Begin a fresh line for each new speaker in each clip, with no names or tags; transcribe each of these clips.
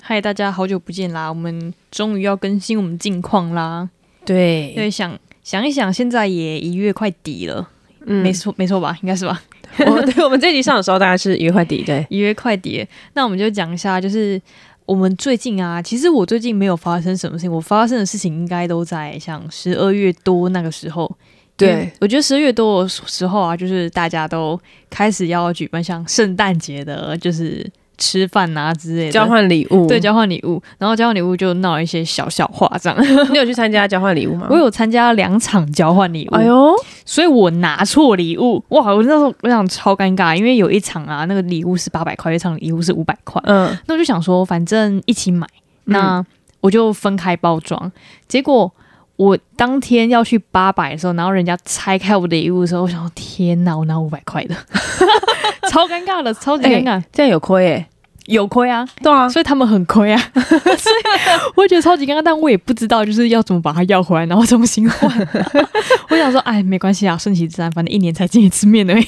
嗨，大家好久不见啦！我们终于要更新我们近况啦。
对，
因为想想一想，现在也一月快底了，
嗯
没错，没错吧？应该是吧？
我对我们这集上的时候大概是一块底，对，
一月快底了，那我们就讲一下，就是我们最近啊，其实我最近没有发生什么事情，我发生的事情应该都在像十二月多那个时候。
对
因为我觉得十二月多的时候啊，就是大家都开始要举办像圣诞节的，就是吃饭啊之类的
交 换礼物，
对，交换礼物，然后交换礼物就闹一些小笑话这样。
你有去参加交换礼物吗？
我有参加两场交换礼物，
嗯哎呦，
所以我拿错礼物，哇！我那时候我想超尴尬，因为有一场啊，那个礼物是八百块，有一场礼物是五百块，
嗯，
那我就想说反正一起买，那我就分开包装。结果我当天要去八百的时候，然后人家拆开我的礼物的时候，我想说天哪，我拿五百块的， 超尴尬的，超级尴尬，
这样有亏哎，
有亏啊！
对啊，
所以他们很亏啊， 所以我会觉得超级尴尬，但我也不知道就是要怎么把它要回来，然后重新换。啊 我想说，哎，没关系啊，顺其自然，反正一年才见一次面而已。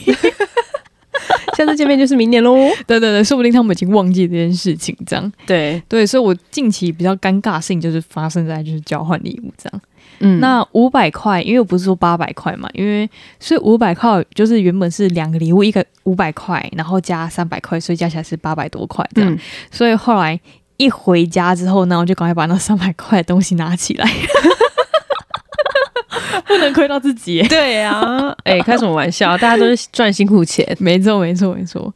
下次见面就是明年喽。
对对对，说不定他们已经忘记这件事情，这样。
对，
对，所以我近期比较尴尬的事情就是发生在就是交换礼物这样。
嗯
那五百块，因为我不是说八百块嘛，因为所以五百块就是原本是两个礼物，一个五百块，然后加三百块，所以加起来是八百多块这样。
嗯，
所以后来一回家之后呢，我就赶快把那三百块的东西拿起来， 不能亏到自己耶。
对啊，哎，开什么玩笑？大家都是赚辛苦钱。
没错，没错，没错。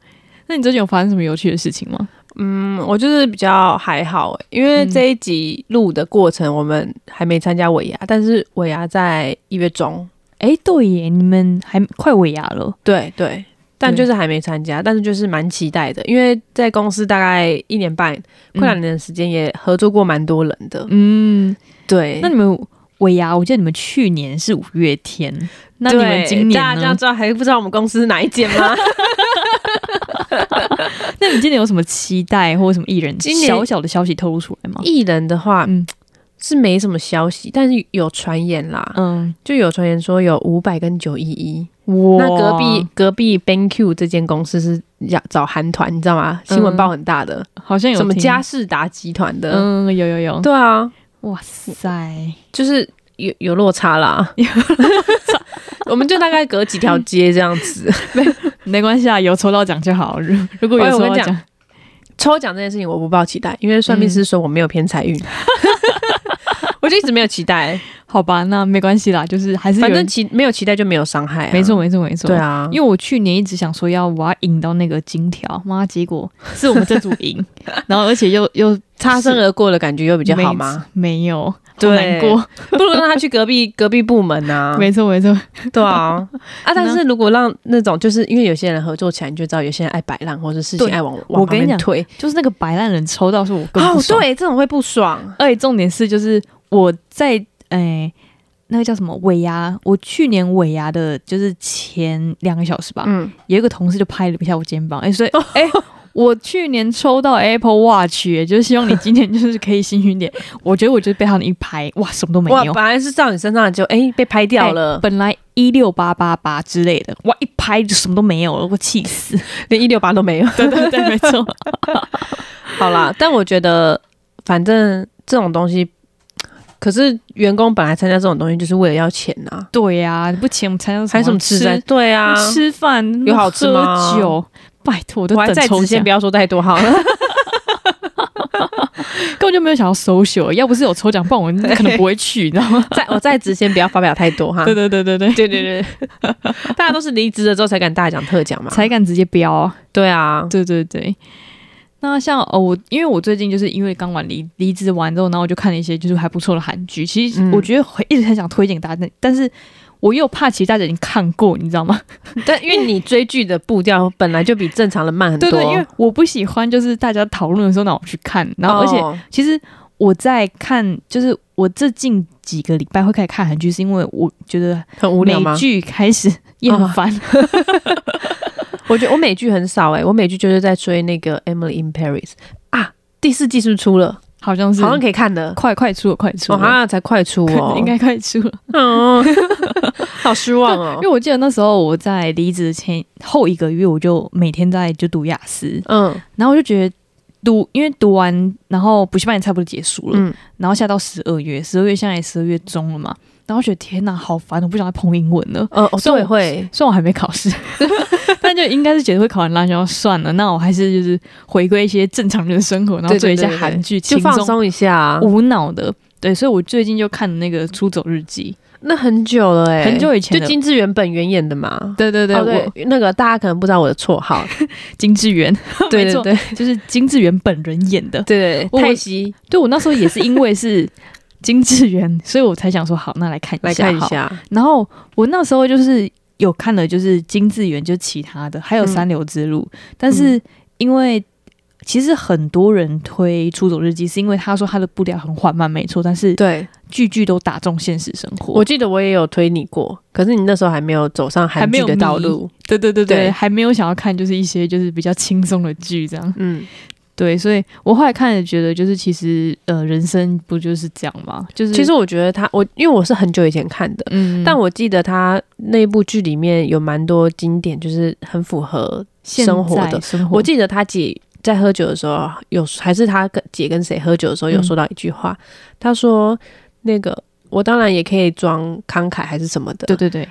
那你最近有发生什么有趣的事情吗？
嗯，我就是比较还好哎，因为这一集录的过程我们还没参加尾牙，但是尾牙在一月中，
哎，对耶，你们还快尾牙了，
对对，但
对
就是还没参加，但是就是蛮期待的，因为在公司大概一年半、快两年的时间，也合作过蛮多人的。
嗯，
对，
那你们尾牙，我记得你们去年是五月天，那你们
对
今
大
年
家这样
呢？
知道还不知道我们公司是哪一间 吗？
那你今年有什么期待或者什么艺人
今年
小小的消息透露出来吗？
艺人的话，
嗯
是没什么消息，但是有传言啦，
嗯，
就有传言说有五百跟九一一。
哇
那隔壁隔壁 BenQ 这间公司是要找韩团，你知道吗？新闻报很大的，
好嗯像有
什么
听
佳？士达集团的，
嗯，有有有，
对啊，
哇塞，
就是有有落差啦， 我们就大概隔几条街这样子。
没关系啊，有抽到奖就好。 如如果有
哎
抽到
我跟你
奖，
抽奖这件事情我不抱期待，因为算命师说我没有偏 财运，我就一直没有期待。
好吧，那没关系啦，就是还是有
反正期没有期待就没有伤害、啊，
没错，没错没错，
对。啊，
因为我去年一直想说要我要赢到那个金条，妈，结果是我们这组 赢，然后而且又又
擦身而过的感觉又比较好吗？
没有，好
对
难过。
不如让他去隔壁隔壁部门 啊，
没错没错，
对啊啊！但是如果让那种就是因为有些人合作起来，你就知道有些人爱摆烂，或者事情
对
爱往
我
往旁
跟你
边
讲
推。
就是那个白烂人抽到是我更
哦
不，爽。，
对，这种会不爽。
而且重点是就是我在诶、那个叫什么尾牙，我去年尾牙的就是前两个小时吧，
嗯，
有一个同事就拍了一下我肩膀，哎、所以哎、我去年抽到 Apple Watch，、哎就是希望你今年就是可以幸运 点。我觉得我就是被他们一拍，哇，什么都没
哇，
有
本，来是照你身上的，就哎被拍掉
哎
了，
本来一六八八八之类的，哇，一拍就什么都没有了，我气死。
哎连一六八都没有。
对对对，没错。
好啦，但我觉得反正这种东西，可是员工本来参加这种东西就是为了要钱呐、啊，
对呀、你不请我们参加
还有什么吃在？对啊，
吃饭
有好吃吗
喝酒，拜托，我都
我还
等
在
抽
职
奖
先，不要说太多好了。
根本就没有想要 social。要不是有抽奖，不然我可能不会去，你知道 吗？
在我在职先不要发表太多哈。
对对对对对，
对对对， 大家都是离职了之后才敢大讲特讲嘛。
才敢直接标啊！
对啊，
对对对。那像哦，我因为我最近就是因为刚完离离职完之后，然后我就看了一些就是还不错的韩剧。其实
嗯
我觉得很一直很想推荐给大家，但是我又怕其实大家已经看过，你知道吗？
啊但因为你追剧的步调本来就比正常人慢很多，
对对，因为我不喜欢就是大家讨论的时候让我去看，然后而且
哦
其实我在看，就是我这近几个礼拜会开始看韩剧，是因为我觉得
很无聊
美
吗？哦
剧开始 厌烦。
我觉得我美剧很少哎、我美剧就是在追那个《Emily in Paris》啊，第四季是不是出了？
好像是
好像可以看的。
快快出了，快出
哦，好
了，
像才快出哦，
应该快出了。
嗯，好失望哦
因为。我记得那时候我在离职前后一个月，我就每天在就读雅思，
嗯，
然后我就觉得读，因为读完，然后补习班也差不多结束了，
嗯
然后现在到十二月，十二月现在也十二月中了嘛，然后觉得天哪，好烦，我不想再碰英文了。
呃，哦
所以
对，
我
会，
虽然我还没考试， 但就应该是觉得会考完拉想要算了，那我还是就是回归一些正常人的生活，然后
对
做
对
一些
对对
韩剧，
就
轻
放
松嗯
松一下。
无脑的。对，所以我最近就看了那个《出走日记
那很久了哎、
很久以前
就
了
金智媛本原演的嘛》。。
对对对，
哦，
我
对，那个大家可能不知道我的绰 号，
金智媛，
对对
没错
对
就是金智媛本人演的。
对
我
对，泰熙
对我那时候也是因为是 金智媛，所以我才想说好，那来看一
来
下
看一
好。
下，
然后我那时候就是有看了，就是金智媛，就其他的还有
嗯
三流之路，但是因为。其实很多人推《出走日记》，是因为他说他的步调很缓慢，没错，但是
对
句句都打中现实生活。
我记得我也有推你过，可是你那时候还没有走上韩剧的道路。
对对对
对
对，还没有想要看就是一些就是比较轻松的剧这样。
嗯，
对，所以我后来看了觉得就是其实呃人生不就是这样吗？就是
其实我觉得他，我因为我是很久以前看的，
嗯，
但我记得他那部剧里面有蛮多经典，就是很符合
现
生活
在
的。
生活，
我记得他姐在喝酒的时候有，还是他跟姐跟谁喝酒的时候有
嗯
说到一句话，他说那个。我当然也可以装慷慨还是什么的，
对对对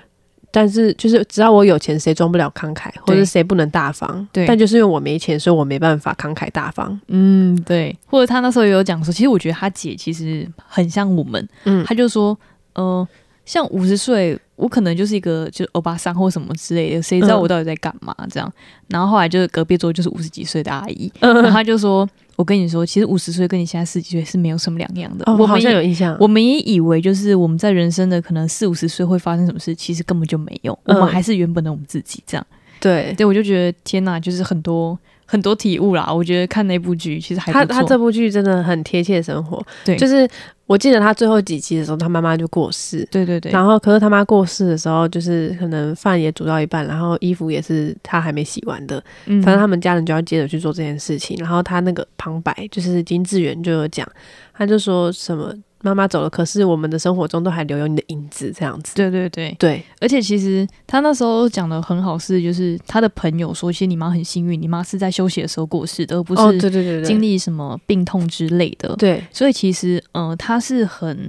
但是就是只要我有钱，谁装不了慷慨，或者
对
谁不能大方。
对
但就是因为我没钱，所以我没办法慷慨大方。
嗯，对，或者他那时候也有讲说，其实我觉得他姐其实很像我们，
嗯，
他就说，呃，像五十岁，我可能就是一个就是欧巴桑或什么之类的，谁知道
嗯
我到底在干嘛这样。然后后来就是隔壁桌就是五十几岁的阿姨， 然后
嗯，
他就说，我跟你说，其实五十岁跟你现在十几岁是没有什么两样的。
哦，
我
我好
们
像
也
有印象。
我们也以为就是我们在人生的可能四五十岁会发生什么事，其实根本就没有，我们
嗯
还是原本的我们自己这样。
对，
对，我就觉得天哪，就是很多很多体悟啦。我觉得看那部剧其实还
他
不
他
错
这部剧真的很贴切生活。
对
就是我记得他最后几集的时候，他妈妈就过世。
对对对，
然后，可是他妈过世的时候，就是可能饭也煮到一半，然后衣服也是他还没洗完的，
嗯
反正他们家人就要接着去做这件事情。然后他那个旁白就是金智媛就有讲，他就说什么妈妈走了，可是我们的生活中都还留有你的影子这样子。
对对对，
对，
而且其实他那时候讲的很好，是就是他的朋友说，其实你妈很幸运，你妈是在休息的时候过世的，而不
哦，对
是
对对
经
对，
历什么病痛之类的。
对，
所以其实，呃，他是很，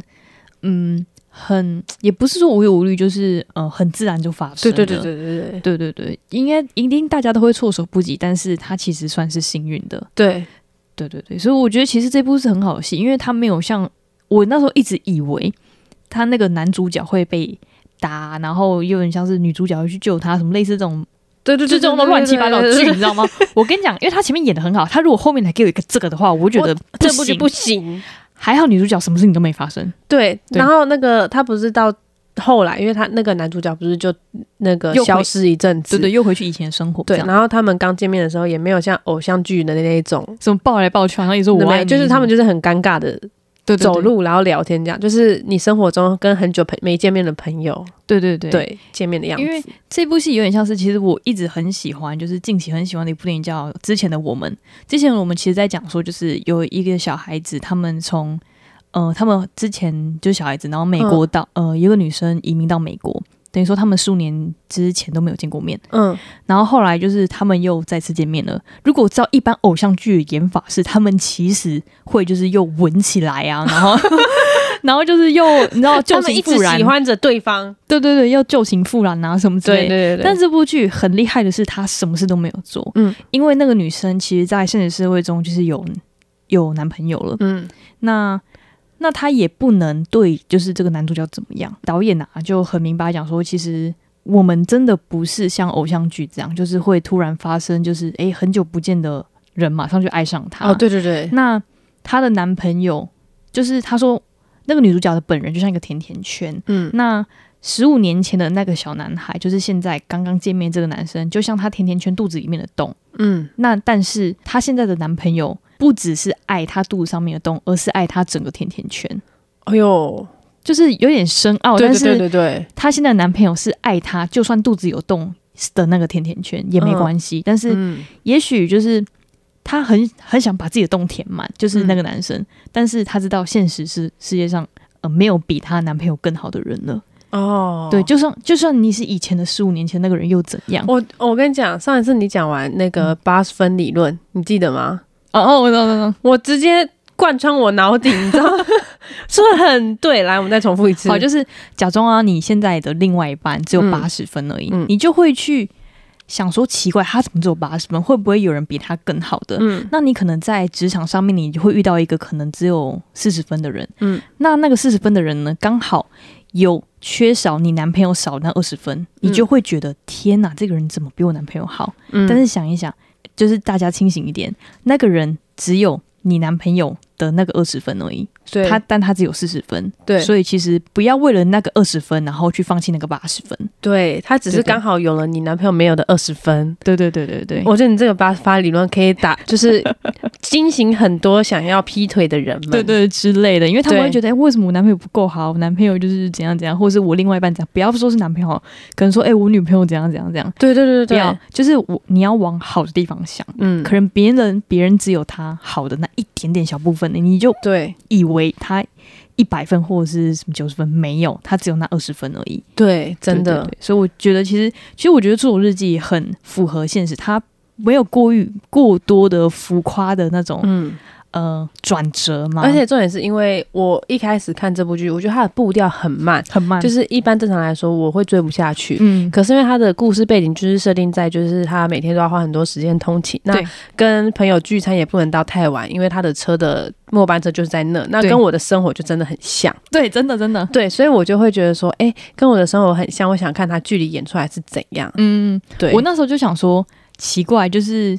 嗯，很也不是说无忧无虑，就是呃，很自然就发
对
生了。
对对对对对
对对对，应该一定大家都会措手不及，但是他其实算是幸运的。
对，
对对对，所以我觉得其实这部是很好的戏，因为他没有像我那时候一直以为他那个男主角会被打，然后又有点像是女主角会去救他，什么类似这种，
对对
就这种乱七八糟的剧，你知道吗？ 我跟你讲，因为他前面演的很好，他如果后面来给我一个这个的话，我觉得
这部剧
行
不行。
还好，女主角什么事情都没发生，
对，
对
然后那个他不是到后来，因为他那个男主角不是就那个
又回
消失一阵子，
对对，又回去以前的生活，
对
这样
然后他们刚见面的时候也没有像偶像剧的那一种，
什么抱来抱去，然后也说我
没
爱
有
你，
就是他们就是很尴尬的
对
走，路，然后聊天这样，就是你生活中跟很久朋没见面的朋友
对对对对
对见面的样
因为
子，
这部戏有点像是，其实我一直很喜欢，就是近期很喜欢的一部电影叫《之前的我们》。之前我们其实在讲说，就是有一个小孩子，他们从呃，他们之前就是小孩子，然后美
嗯
国到、呃，有个女生移民到美国，等于说他们数年之前都没有见过面，
嗯，
然后后来就是他们又再次见面了。如果照一般偶像剧的演法是，他们其实会就是又吻起来啊，然后然后就是又你知道
他
旧
们一
情
直
复燃
喜，欢着对方，
对对对，要旧情复燃啊什么之类的
对。对对，
但
是
这部剧很厉害的是，她什么事都没有做。
嗯
嗯，因为那个女生其实，在现实社会中就是有有男朋友了。
嗯，
那那她也不能对就是这个男主角怎么样。导演啊就很明白讲说，其实我们真的不是像偶像剧这样，就是会突然发生，就是诶、很久不见的人马上就爱上他。
哦，对对对，
那她的男朋友就是她说那个女主角的本人就像一个甜甜圈，
嗯
那十五年前的那个小男孩，就是现在刚刚见面这个男生，就像他甜甜圈肚子里面的洞。
嗯
那但是他现在的男朋友不只是爱他肚子上面的洞，而是爱他整个甜甜圈，
哎呦，
就是有点深奥。
对对对
但是
对对，
他现在的男朋友是爱他，就算肚子有洞的那个甜甜圈也没
嗯
关系。但是
嗯
也许就是他很很想把自己的洞填满，就是那个男生，但是他知道现实是世界上呃没有比她男朋友更好的人了。
哦，
对，就算就算你是以前的十五年前那 个人又怎样？嗯
我我跟你讲，上一次你讲完那个八分理论，你记得吗？
哦哦，我懂懂懂。
我直接贯穿我脑顶，你知道吗， 说的很对。来，我们再重复一次。
好，就是假装啊，你现在的另外一半只有
嗯
八十分而已，
嗯
你就会去想说，奇怪，他怎么只有八十分？会不会有人比他更好的？
嗯
那你可能在职场上面，你会遇到一个可能只有四十分的人，
嗯，
那那个四十分的人呢，刚好有缺少你男朋友少那二十分，你就会觉得、天哪，这个人怎么比我男朋友好？
嗯
但是想一想，就是大家清醒一点，那个人只有你男朋友的那个二十分而已，
对
他但他只有四十分，
对
所以其实不要为了那个二十分，然后去放弃那个八十分。
对他只是
对对
刚好有了你男朋友没有的二十分。
对对对对对，
我觉得你这个八十八理论可以打，就是惊醒很多想要劈腿的人们。
对对之类的，因为他们
对
会觉得，哎、为什么我男朋友不够好？我男朋友就是怎样怎样，或者是我另外一半怎样？不要说是男朋友，可能说，哎、我女朋友怎样怎样怎样。
对对对对
不
对
要，就是我，你要往好的地方想。
嗯，
可能别人别人只有他好的那一点点小部分，你就
对
以为他一百分或者是什么九十分，没有，他只有那二十分而已。
对，真的
对对对所以我觉得其实，其实我觉得这种日记很符合现实，它没有过于过多的浮夸的那种、
嗯，
呃转折嘛，
而且重点是因为我一开始看这部剧，我觉得它的步调很慢，
很慢，
就是一般正常来说我会追不下去。
嗯，
可是因为他的故事背景就是设定在，就是他每天都要花很多时间通勤，那
对
跟朋友聚餐也不能到太晚，因为他的车的末班车就是在那，那
对
跟我的生活就真的很像。
对，真的真的，
对，所以我就会觉得说，哎、跟我的生活很像，我想看他距离演出来是怎样。
嗯，
对，
我那时候就想说，奇怪，就是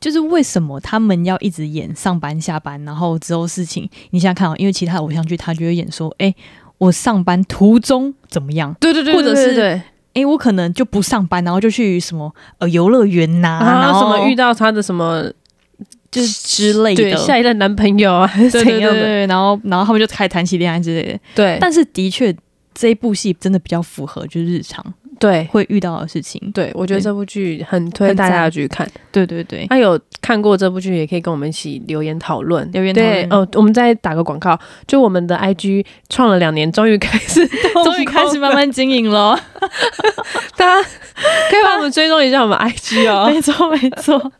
就是为什么他们要一直演上班下班，然后之后事情，你想想看哦，因为其他偶像剧他就会演说，哎、我上班途中怎么样？
对对对，
或者是
对
哎、我可能就不上班，然后就去什么呃游乐园呐，
啊然
然
后什
后
么遇到他的什么
就是之类的，
对下一任男朋友啊，还是
对
怎
对对
样
对
的？
对，然后然后他们就开始谈起恋爱之类的。
对，
但是的确，这一部戏真的比较符合就是日常
对
会遇到的事情。
对，我觉得
对
这部剧很推
很
大家
赞
去看。
对对对，
那、有看过这部剧，也可以跟我们一起留言讨论。
留言讨
对
论
哦，我们再打个广告，就我们的 IG 创了两年，终于开始，
终于开始，慢慢经营 了。
大家可以帮我们追踪一下我们 IG 哦
没错，没 错。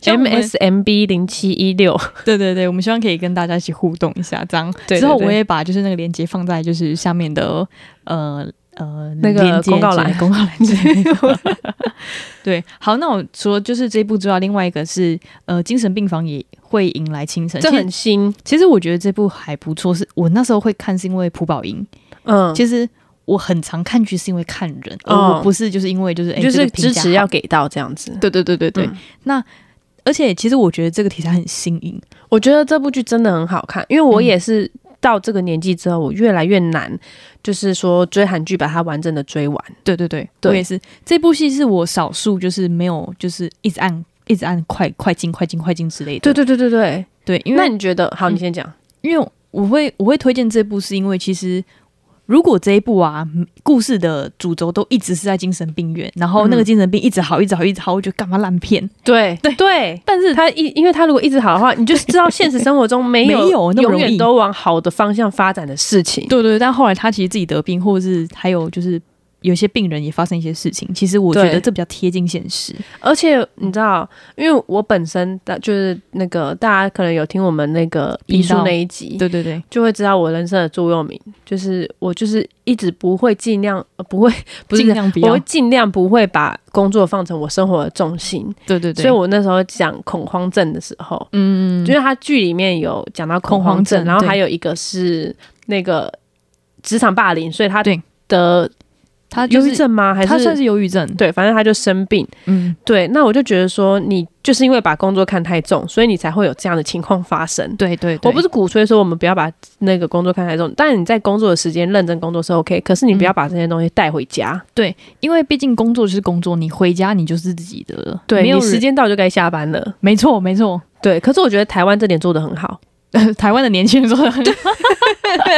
像我们
，MSMB 零七一六，
对对对，我们希望可以跟大家一起互动一下，这样。
对对
之后我
对
也把就是那个链接放在就是下面的呃呃
那个
链接
公告
之类
栏
公告栏之类的。 对，好，那我除了就是这部之外，另外一个是呃精神病房也会迎来清晨。
这
其
很
实
新，
其实我觉得这部还不错，是我那时候会看是因为朴宝英，
嗯，
其实。我很常看剧是因为看人，而
哦
我不是就是因为就是、哎
就
这
是
个评
支
价
持
好
要给到这样子。
对对对对对。
嗯
那而且其实我觉得这个题材很新颖，
我觉得这部剧真的很好看，因为我
嗯
也是到这个年纪之后，我越来越难，就是说追韩剧把它完整的追完。
对对对，
对
我也是。这部戏是我少数就是没有就是一直按一直按快快进快进快进之类的。
对对对对对，
对，因
那
为
你觉得？好，你先讲。
因为我会我会推荐这部，是因为其实。如果这一部啊，故事的主轴都一直是在精神病院，然后那个
嗯
精神病一直好，一直好，一直好，我觉得干嘛烂片？
对对对，但是他一，因为他如果一直好的话，你就知道现实生活中没有
没有那么
永
容易
远都往好的方向发展的事情。
对对，但后来他其实自己得病，或者是还有就是有些病人也发生一些事情，其实我觉
对
得这比较贴近现实。
而且你知道，因为我本身的就是那个大家可能有听我们那个
频
医
道
术那一集，
对对对，
就会知道我人生的座右铭就是我就是一直不会尽量呃不会不
尽
是。
量不
我
要
会。尽量不会把工作放成我生活的重心，
对对对，
所以我那时候讲恐慌症的时候，
嗯，
因为他剧里面有讲到恐
恐
慌
慌
症，
症
然后
对
还有一个是那个职场霸凌，所以他
对
得
他就
忧
是
郁症吗？还
他算
是
是忧郁症，
对，反正他就生病。
嗯，
对，那我就觉得说，你就是因为把工作看太重，所以你才会有这样的情况发生。
对对对，
我不是鼓吹说我们不要把那个工作看太重，但你在工作的时间认真工作是 OK，可是
嗯
你不要把这些东西带回家。
因为毕竟工作就是工作，你回家你就是自己的了，
对
没有
你
人
时，间到就该下班了。
没错没错，
对，可是我觉得台湾这点做的很好。
台湾的年轻人做的很好，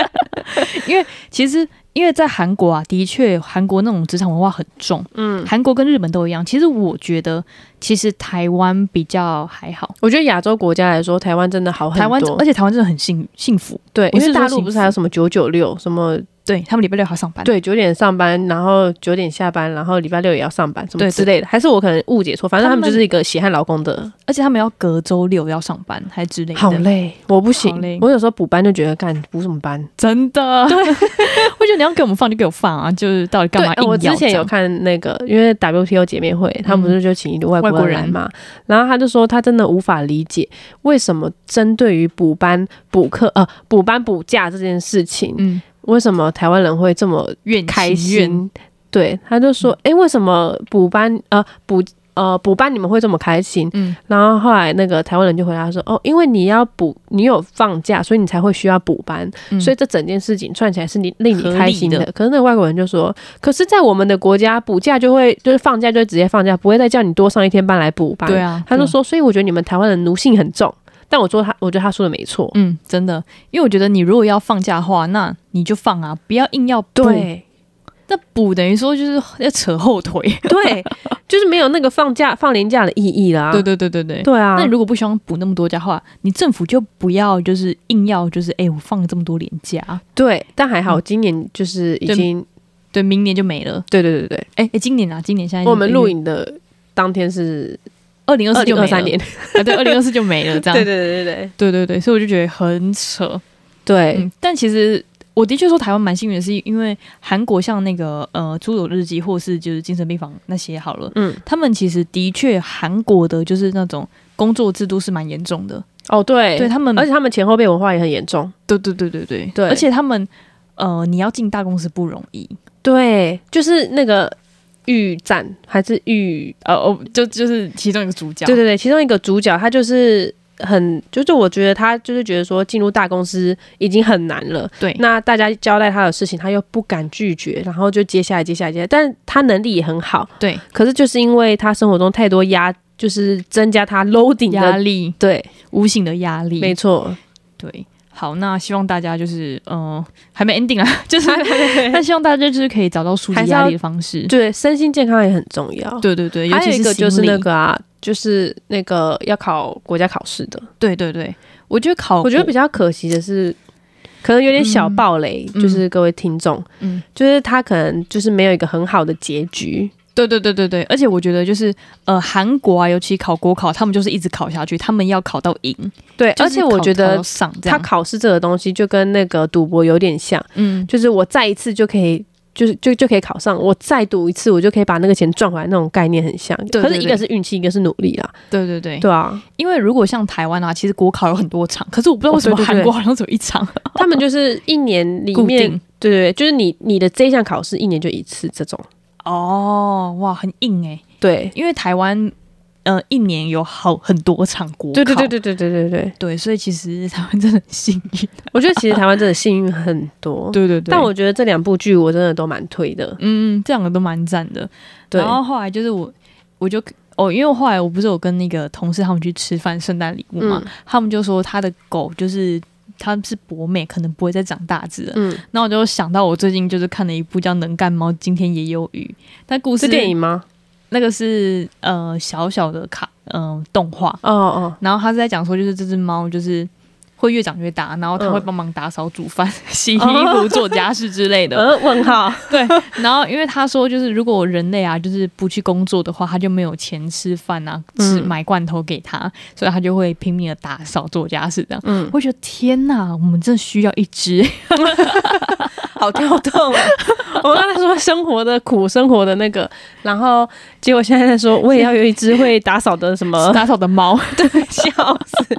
因为其实因为在韩国啊，的确韩国那种职场文化很重，
嗯，
韩国跟日本都一样。其实我觉得，其实台湾比较还好，
我觉得亚洲国家来说，哦台湾真的好很多。
台湾而且台湾真的很幸幸福，
对，
哎我
因为
是说
大陆
幸
不是还有什么九九六，什么
对他们礼拜六还要上班，
对，九点上班，然后九点下班，然后礼拜六也要上班，什么
对
之类的，还是我可能误解错，反正他们
他们
就是一个血汗劳工的，
而且他们要隔周六要上班，还之类的，
好累，我不
好
行
累，
我有时候补班就觉得干补什么班。
真的。对，我觉得你要给我们放就给我放啊，就是到底干
对
嘛，
呃
硬
我
要
之前有
这样嗯
看那个，因为 WTO 姐妹会，他们不是就请一个外
外
国
国
人来
人
嘛，然后他就说他真的无法理解为什么针对于补班、补课、呃补班补假这件事情，
嗯
为什么台湾人会这么
愿
开
情愿嗯
心。对，他就说：“诶，为什么补班呃补呃补班你们会这么开心
嗯？”
然后后来那个台湾人就回答说：“哦，因为你要补，你有放假，所以你才会需要补班，
嗯
所以这整件事情串起来是你令
合
你
理
开心的。
的
可是那个外国人就说：“可是，在我们的国家，补假就会就是放假就会直接放假，不会再叫你多上一天班来补班。”
对，啊，
他就
对啊
说：“所以我觉得你们台湾人奴性很重。”但我说他，我觉得他说的没错。
嗯，真的，因为我觉得你如果要放假的话，那你就放啊，不要硬要补。
对，
那补等于说就是要扯后 腿。
对， 就是没有那个放假放年假的意义啦。
对对对对对。
对啊，
那你如果不希望补那么多假的话，你政府就不要就是硬要就是哎、我放了这么多年假，
对，但还好，今年嗯就是已
对
经
对，明年就没了。
对对对对
哎、哎、今年啊，今年现在
对，我们录影的当天是
二零二
二
四就
零
没
二
了
三年，
啊，对，二零二四就没了这样。
对对对对对
对对对，所以我就觉得很扯。
对
嗯，但其实我的确说台湾蛮幸运的，是因为韩国像那个呃《猪友日记》或是就是精神病房那些好了，
嗯，
他们其实的确韩国的就是那种工作制度是蛮严重的，
哦对
对他们，
而且他们前后辈文化也很严重，
对对对对对
对
而且他们呃你要进大公司不容易，
对，就是那个预战还是预，
呃哦就就是其中一个主角，
对对对，其中一个主角他就是。很就是，我觉得他就是觉得说进入大公司已经很难了，
对
那大家交代他的事情，他又不敢拒绝，然后就接下来接下来接下来，但他能力也很好，
对
可是就是因为他生活中太多压，就是增加他 loading
压
的，
力
对，
无形的压力，
没错，
对。好，那希望大家就是，嗯、还没 ending 啊，就是，那希望大家就是可以找到疏
哎还
解
是
压
要
力的方式。
对，身心健康也很重要。
对对对，尤
还
其
有一个就是
心理
那个啊，就是那个要考国家考试的，
对对对，我觉得考
我觉得比较可惜的是，可能有点小
嗯
暴雷，
嗯
就是各位听众，
嗯，
就是他可能就是没有一个很好的结局。
对对对对对，而且我觉得就是呃，韩国啊，尤其考国考，他们就是一直考下去，他们要考到赢，
对，
就
而
是
且我
考
觉
考
得
到上这
他
样，
考试这个东西就跟那个赌博有点像，
嗯，
就是我再一次就可以。就是就就可以考上，我再赌一次，我就可以把那个钱赚回来，那种概念很像。
对对哎
可是一个是运气，一个是努力啦。
对对对，
对啊，
因为如果像台湾啊，其实国考有很多场，可是我不知道为
哦
什么
对对对
韩国好像只有一 场
他们就是一年里
哦固
面
定。
对对，对就是你你的这一项考试一年就一次这种，
哦，哇，很硬哎、
对，
因为台湾呃一年有好很多场国考，
对对对对对对对对，
对，所以其实台湾真的很幸 运，
我觉得其实台湾真的幸运很多，
对对对，
但我觉得这两部剧我真的都蛮推的，
嗯嗯，这两个都蛮赞的，
对，
然后后来就是我，我就哦，因为后来我不是有跟那个同事他们去吃饭，圣诞礼物嘛，
嗯
他们就说他的狗就是他是博美，可能不会再长大只了。
嗯，
那我就想到我最近就是看了一部叫《能干猫》，今天也有雨。但故事
是电影吗？
那个是呃小小的卡嗯、动画，
哦哦，
然后他是在讲说就是这只猫就是。会越长越大，然后它
嗯
会帮忙打扫、煮饭、 洗衣 服、做家事之类的。
呃，问号，
对，然后因为他说，就是如果人类啊，就是不去工作的话，他就没有钱吃饭啊，吃
嗯
买罐头给他，所以他就会拼命的打扫做家事这样。
嗯，
我觉得天哪，我们真的需要一 只，
好跳 动啊！我刚才说生活的苦，生活的那个，然后结果现在在说我也要有一只会打扫的什 么，
打扫的猫。
笑 死！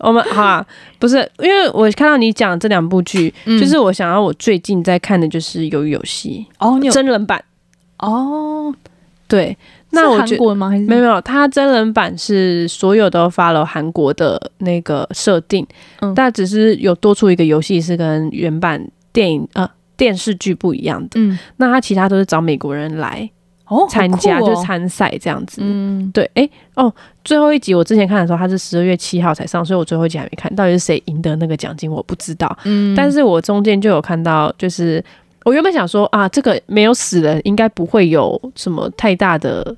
我们好啊，不是，因为我看到你讲这两部剧，
嗯
就是我想要我最近在看的就是《鱿鱼游戏
哦，你》有
真人版，
哦？
对，
是
那我
韩
觉
国吗？还是
没有没有，它真人版是所有都 follow 韩国的那个设定，
嗯
但只是有多出一个游戏是跟原版电影呃电视剧不一样的。
嗯
那它其他都是找美国人来
哦，好
参加，
酷哦
就参赛这样子。
嗯
对，哎、哦，最后一集我之前看的时候，它是十二月七号才上，所以我最后一集还没看，到底是谁赢得那个奖金我不知道。
嗯，
但是我中间就有看到，就是我原本想说啊，这个没有死人，应该不会有什么太大的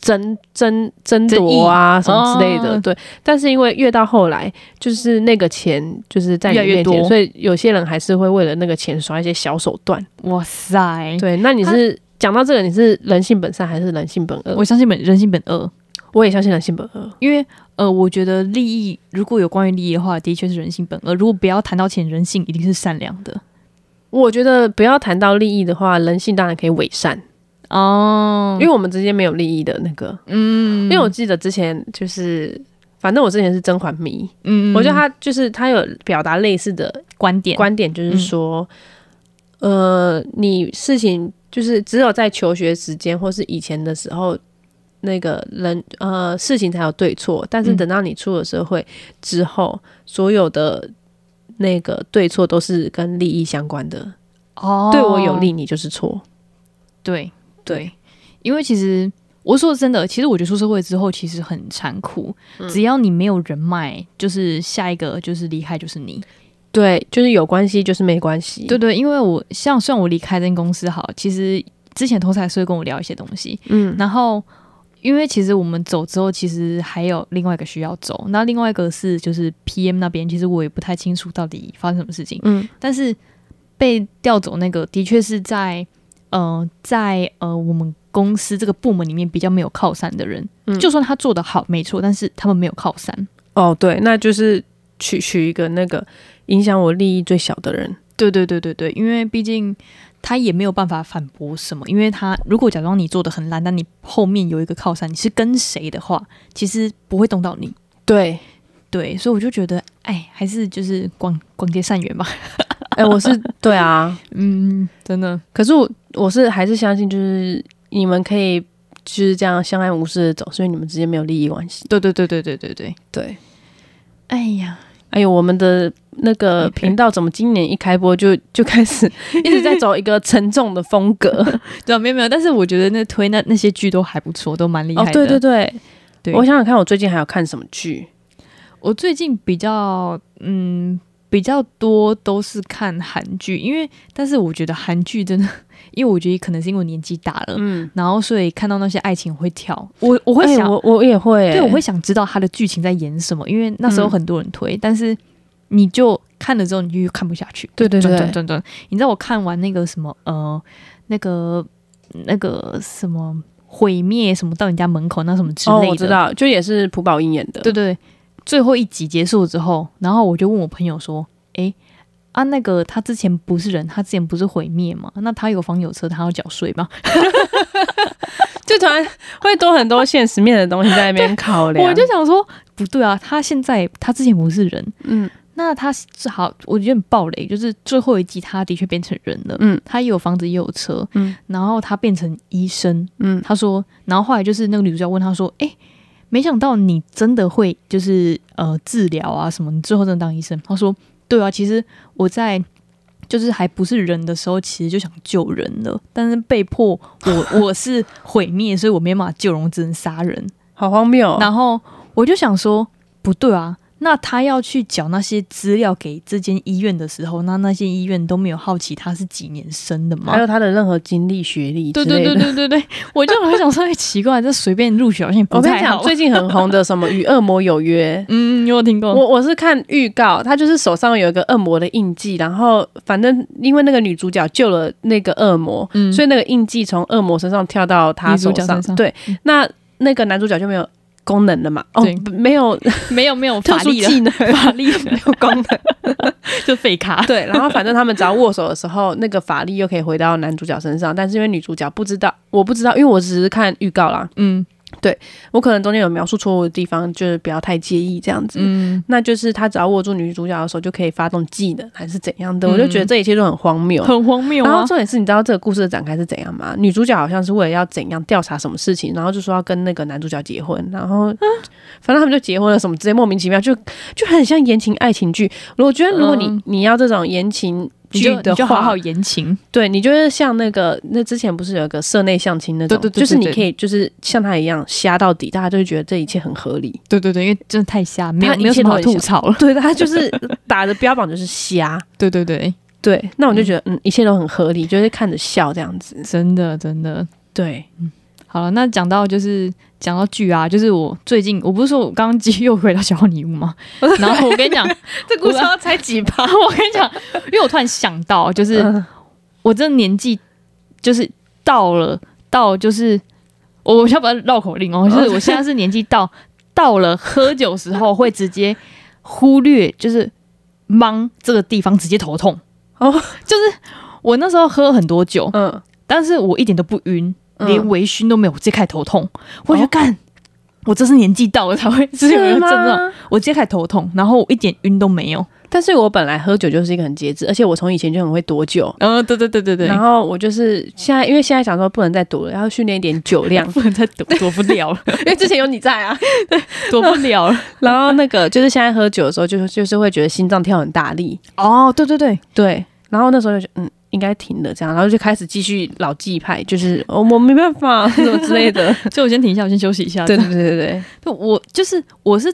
争争争夺啊
争
什
议
么之类的，
哦
对。但是因为越到后来，就是那个钱就是在你
越来越
面前，
多
所以有些人还是会为了那个钱耍一些小手段。
哇塞，
对，那你是讲到这个，你是人性本善还是人性本恶？
呃我相信本人性本恶，
我也相信人性本恶。
因为呃，我觉得利益如果有关于利益的话，的确是人性本恶。如果不要谈到钱，人性一定是善良的
我觉得不要谈到利益的话，人性当然可以伪善，
哦
因为我们之间没有利益的那个。
嗯
因为我记得之前就是，反正我之前是甄嬛迷，
嗯
我觉得他就是他有表达类似的
观点
观点，就是说，
嗯
呃，你事情就是只有在求学时间或是以前的时候，那个人呃事情才有对错，但是
嗯
等到你出了社会之后，所有的那个对错都是跟利益相关的，
哦
对我有，利你就是错，
对对，因为其实我说真的，其实我觉得出社会之后其实很残酷，只要你没有人脉，就是下一个就是离开就是你。
对，就是有关系就是没关系，
对，对，因为我像虽然我离开这间公司好，其实之前同事还是会跟我聊一些东西，
嗯，
然后，因为其实我们走之后，其实还有另外一个需要走，那另外一个是就是 PM 那边，其实我也不太清楚到底发生什么事情，
嗯
但是被调走那个的确是在呃在呃我们公司这个部门里面比较没有靠山的人，
嗯
就算他做的好没错，但是他们没有靠山。
哦，对，那就是取取一个那个影响我利益最小的人。
对对对对对，因为毕竟他也没有办法反驳什么，因为他如果假装你做的很烂，但你后面有一个靠山，你是跟谁的话，其实不会动到你。
对，
对，所以我就觉得，哎，还是就是广广结善缘吧。
哎、我是对啊，
嗯，真的，
可是我我是还是相信，就是你们可以就是这样相安无事的走，所以你们之间没有利益关系。
对对对对对对对。
对，
哎呀，
哎呦，我们的那个
OK
频道怎么今年一开播就 就开始一直在走一个沉重的风 格？
对啊，没有没有，但是我觉得那推那那些剧都还不错，都蛮厉害
哦
的。，
对对对，
对
我想想看，我最近还有看什么剧？
我最近比较嗯比较多都是看韩剧，因为但是我觉得韩剧真的，因为我觉得可能是因为我年纪大了，
嗯，
然后所以看到那些爱情我会跳，我我会
哎
想，
我我也会、
对，我会想知道它的剧情在演什么，因为那时候
嗯
很多人推，但是你就看了之后你就又看不下去，
对对对
转转转转。你知道我看完那个什么呃，那个那个什么毁灭什么到你家门口那什么之
哦，
类的，
我知道，就也是朴宝英演的。
对对。对最后一集结束之后，然后我就问我朋友说：“诶，啊，那个他之前不是人，他之前不是毁灭吗？那他有房有车，他要缴税吗？”
就突然会多很多现实面的东西在那边考量。
我就想说，不对啊，他现在他之前不是人，
嗯，
那他是好，我有点暴雷，就是最后一季他的确变成人了，
嗯，
他也有房子也有车，
嗯，
然后他变成医生，
嗯，
他说，然后后来就是那个女主角问他说，诶，没想到你真的会就是呃治疗啊什么，你最后真的当医生？他说，对啊，其实我在。就是还不是人的时候，其实就想救人了，但是被迫我 我是毁灭，所以我没办法救人，我只能杀人。
好荒谬哦、
然后我就想说，不对啊，那他要去缴那些资料给这间医院的时候，那那些医院都没有好奇他是几年生的吗
还？有他的任何经历、学历之
对
类的。
对对对对 对，我就很想说，哎，奇怪，这随便入学好像也不
我跟你
太
讲，
好。
最近很红的什么《与恶魔有约》
嗯，有听过？
我我是看预告，他就是手上有一个恶魔的印记，然后反正因为那个女主角救了那个恶魔，
嗯
所以那个印记从恶魔身上跳到他手
女主角
上。
身上嗯
对，那那个男主角就没有功能了嘛？哦
对，
不没有
没有没有
特
法
殊
力的，
技能，
法力的
没有功能。
就废卡。
对，然后反正他们只要握手的时候，那个法力又可以回到男主角身上，但是因为女主角不知道，我不知道，因为我只是看预告啦，
嗯
我可能中间有描述错误的地方，就是不要太介意这样子。
嗯，
那就是他只要握住女主角的手，就可以发动技能还是怎样的，我就
嗯
觉得这一切都很荒谬。
很荒谬
然后
啊。
重点是，你知道这个故事的展开是怎样吗？女主角好像是为了要怎样调查什么事情，然后就说要跟那个男主角结婚，然后、
啊
反正他们就结婚了，什么之类，莫名其妙，就就很像言情爱情剧。我觉得如果你、
嗯
你要这种言情
你
剧
就你
的
就
话，
好好言情，
对你就是像那个那之前不是有一个社内相亲那种，
对对对
就是
对
你
对
可以就是像他一样瞎到底，大家就会觉得这一切很合理。
对对对，因为真的太瞎，没有
他一
没有
切
什
都
么好
很
吐
瞎
槽了。
对，他就是打的标榜就是瞎。
对对对，
对，嗯那我就觉得嗯一切都很合理，就是看着笑这样子。
真的真的
对，
好了，那讲到就是讲到剧啊，就是我最近我不是说我刚刚继续又回到小黄礼物 吗？然后我跟你 讲，
这故事要才几趴？
我跟你讲，因为我突然想到，就是
嗯
我这年纪就是到了，到就是我我要不要绕口令哦？就是我现在是年纪到 到了喝酒时候会直接忽略，就是忙这个地方直接头痛
哦
就是我那时候喝很多酒，
嗯，
但是我一点都不晕，
嗯哦
连微醺都没有，我直接开始头痛。我就干，我这是年纪到了 才会是有这
是
个症状，
吗？
我直接开始头痛，然后我一点晕都没有。
但是我本来喝酒就是一个很节制，而且我从以前就很会躲酒。
嗯、对对对对对，
然后我就是现在，因为现在想说不能再躲了，要训练一点酒量
不能再躲躲不了了，
因为之前有你在 啊。
躲不了了。
然后那个就是现在喝酒的时候，就是就是会觉得心脏跳很大力，
哦，对对对，
对。然后那时候就觉得嗯，应该停了这样，然后就开始继续老纪派，就是、哦、我没办法 什么之类的。
所以我先停一下，我先休息一下。
对对对对对，
对，我就是我是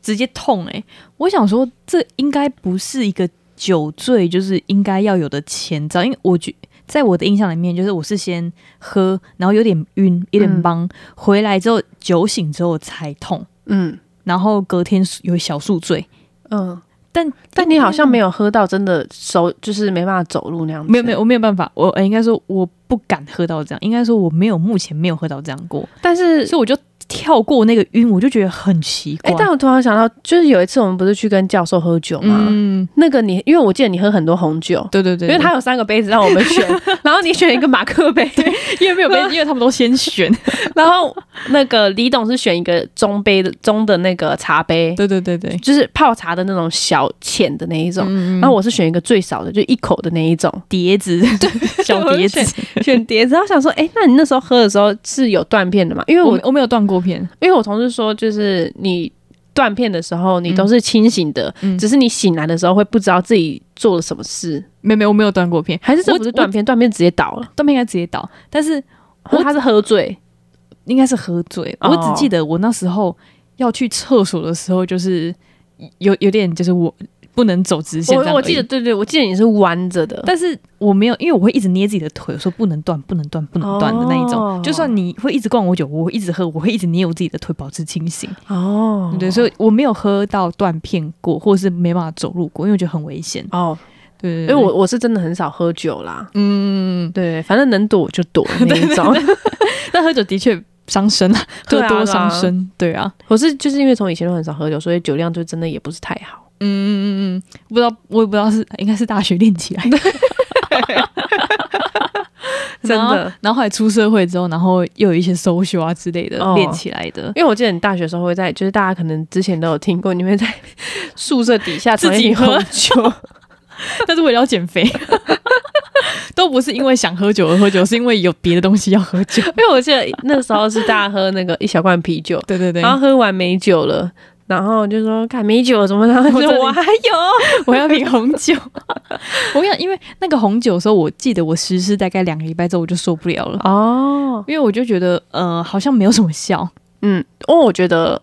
直接痛哎、我想说这应该不是一个酒醉就是应该要有的前兆，因为我觉在我的印象里面，就是我是先喝，然后有点晕，有点
嗯
懵，回来之后酒醒之后才痛，
嗯
然后隔天有小宿醉，
嗯。
但
但你好像没
有。
有喝到真的手，就是没办法走路那样子。
没有没有，我没有办法，我、呃应该说我不敢喝到这样，应该说我没有目前没有喝到这样过，
但是
所以我就跳过那个晕，我就觉得很奇怪。
哎、但我突然想到，就是有一次我们不是去跟教授喝酒吗？
嗯，
那个你，因为我记得你喝很多红酒，
对对对，
因为他有三个杯子让我们选， 然后你选一个马克杯，
因为没有被，因为他们都先选。
然后那个李董是选一个中杯的中的那个茶杯，
对对对对，
就是泡茶的那种小浅的那一种。
嗯，
然后我是选一个最少的，就一口的那一种
碟子， 小碟子，
选碟子。然后想说，哎、那你那时候喝的时候是有断片的吗？因为
我
我
没我没有断过片，
因为我同事说，就是你断片的时候，你都是清醒的，
嗯
只是你醒来的时候会不知道自己做了什么事，
没没我没有断过片，
还是这
我
不是断片？断片直接倒了，
断片应该直接倒，但是我
或他是喝醉，
应该是喝醉。
哦
我只记得我那时候要去厕所的时候，就是有有点就是我不能走直线这样
我
而已
我记得，，对对，我记得你是弯着的，
但是我没有，因为我会一直捏自己的腿，我说不能断，不能断，不能断的那一种。
哦
就算你会一直灌我酒，我会一直喝，我会一直捏我自己的腿，保持清醒。
哦
对，所以我没有喝到断片过，或者是没办法走路过，因为我觉得很危险。
哦，
对对
因
对，
为我我是真的很少喝酒啦，
嗯，
对，反正能躲我就 躲的那一种。
但喝酒的确伤身啊，
对
喝
啊
多伤身，对啊，
我是就是因为从以前都很少喝酒，所以酒量就真的也不是太好。
嗯嗯嗯嗯，不知道我也不知道是应该是大学练 起来的，
真的
然后然后后来出社会之后，然后又有一些 social 啊之类的
哦
练起来的，
因为我记得你大学的时候会在，就是大家可能之前都有听过，你会在 宿舍底下
自己喝
藏一瓶红酒，
但是为了要减肥， 都不是因为想喝酒而喝酒，是因为有别的东西要喝酒。
因为我记得那时候是大家喝那个一小罐啤酒，
对对对，
然后喝完没酒了，然后就说看没酒怎么，然后
我这里
就我还有，
我要瓶红酒。 我跟你讲，因为那个红酒的时候，我记得我实施大概两个礼拜之后，我就受不了了，
哦，
因为我就觉得呃，好像没有什么效，
嗯，哦，我觉得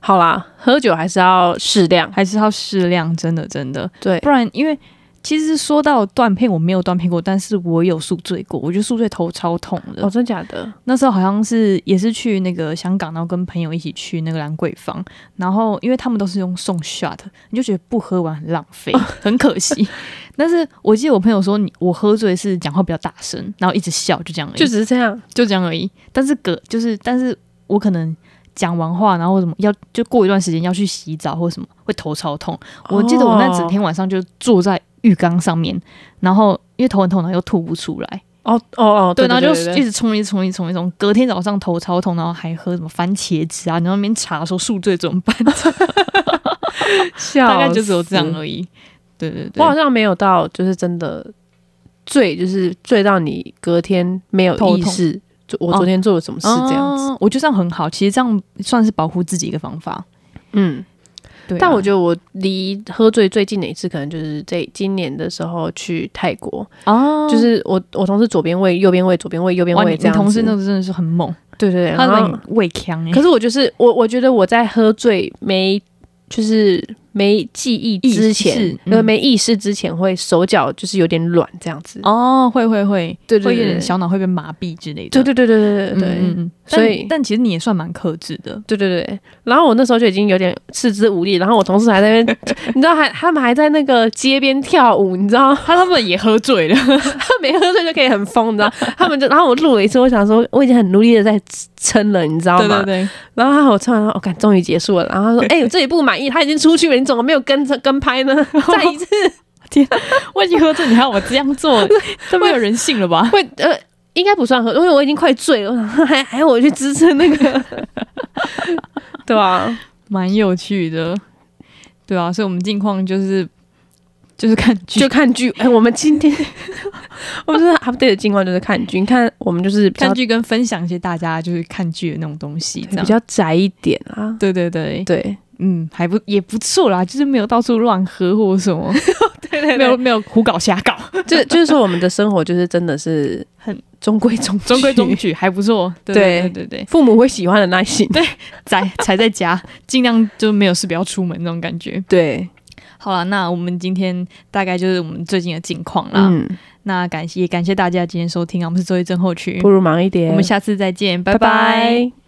好啦，喝酒还是要适量，
还是要适量，真的真的，
对
不然因为。其实说到断片，我没有断片过，但是我有宿醉过。我觉得宿醉头超痛的。
哦，真假的，
那时候好像是也是去那个香港，然后跟朋友一起去那个兰桂坊，然后因为他们都是用送 shot，你就觉得不喝完很浪费，很可惜。 但是我记得我朋友说你我喝醉是讲话比较大声，然后一直笑，就这样而已，
就只是这样，
就这样而已。但是隔就是，但是我可能讲完话，然后什么要就过一段时间要去洗澡或什么，会头超痛。我记得我那整天晚上就坐在浴缸上面，然后因为头很痛，然后又吐不出来。
哦，哦哦哦，
对，然后就
对
一直冲，一直冲，一直冲，一直冲。隔天早上头超痛，然后还喝什么番茄汁啊，然后那边查说宿醉怎么办，
笑
大概就只有这样
死
而已。对对对，
我好像没有到，就是真的醉，就是醉到你隔天没有
头
意
痛
识，就我昨天做了什么事这样子。
哦我觉得这样很好，其实这样算是保护自己一个方法。
嗯，
对啊、
但我觉得我离喝醉最近的一次，可能就是这今年的时候去泰国，
得啊，
就是我我同事左边喂，右边喂，左边喂，右边
哇，
喂
你
这
你
样子。
同事那个真的是很猛，
对对对，啊
他
然后
很胃强哎
可。是我就是我，我觉得我在喝醉没就是。没记忆
意
之
识
前，
嗯
呃，没意识之前会手脚就是有点软这样子。
哦，会会会，
对对对
会有点
对
小脑会被麻痹之类的。
对对对对对对对
嗯嗯嗯
所以
但但其实你也算蛮克制的，
对对对，然后我那时候就已经有点四肢无力，然后我同事还在那边， 你知道还他们还在那个街边跳舞，你知道
他他们也喝醉了，
他没喝醉就可以很疯，你知道 他们就，然后我录了一次，我想说我已经很努力的在撑了，你知道吗？
对对对，
然后他我唱完，我、哦、感终于结束了，然 后他说：“哎、我这里不满意，他已经出去了，你怎么没有跟着跟拍呢？再一次
我已经喝醉，你还要我这样 做，这没有人性了吧？
会呃，应该不算喝，因为我已经快醉了，我 想还还要我去支撑那个， 对啊，
蛮有趣的，对啊，所以我们近况就是就是看剧，
就看剧。哎、我们今天 我们就是 update 的情况就是看剧，你看我们就是比较
看剧跟分享一些大家就是看剧的那种东西，这
比
样。
较宅一点啊，
对对对，
对
嗯，还不也不错啦，就是没有到处乱喝或什么，
对 对
没有没有胡搞瞎 搞，
就就是说我们的生活就是真的是
很
中规中矩
中规中，矩，还不错。对对对
对
对对，
父母会喜欢的那一型。对
宅宅在 家，尽量就没有事不要出门那种感觉。
对，
好了，那我们今天大概就是我们最近的近况啦。
嗯，
那感谢也感谢大家今天收听啊，我们是周一症候群，
不如忙一点。
我们下次再见，拜
拜
拜
拜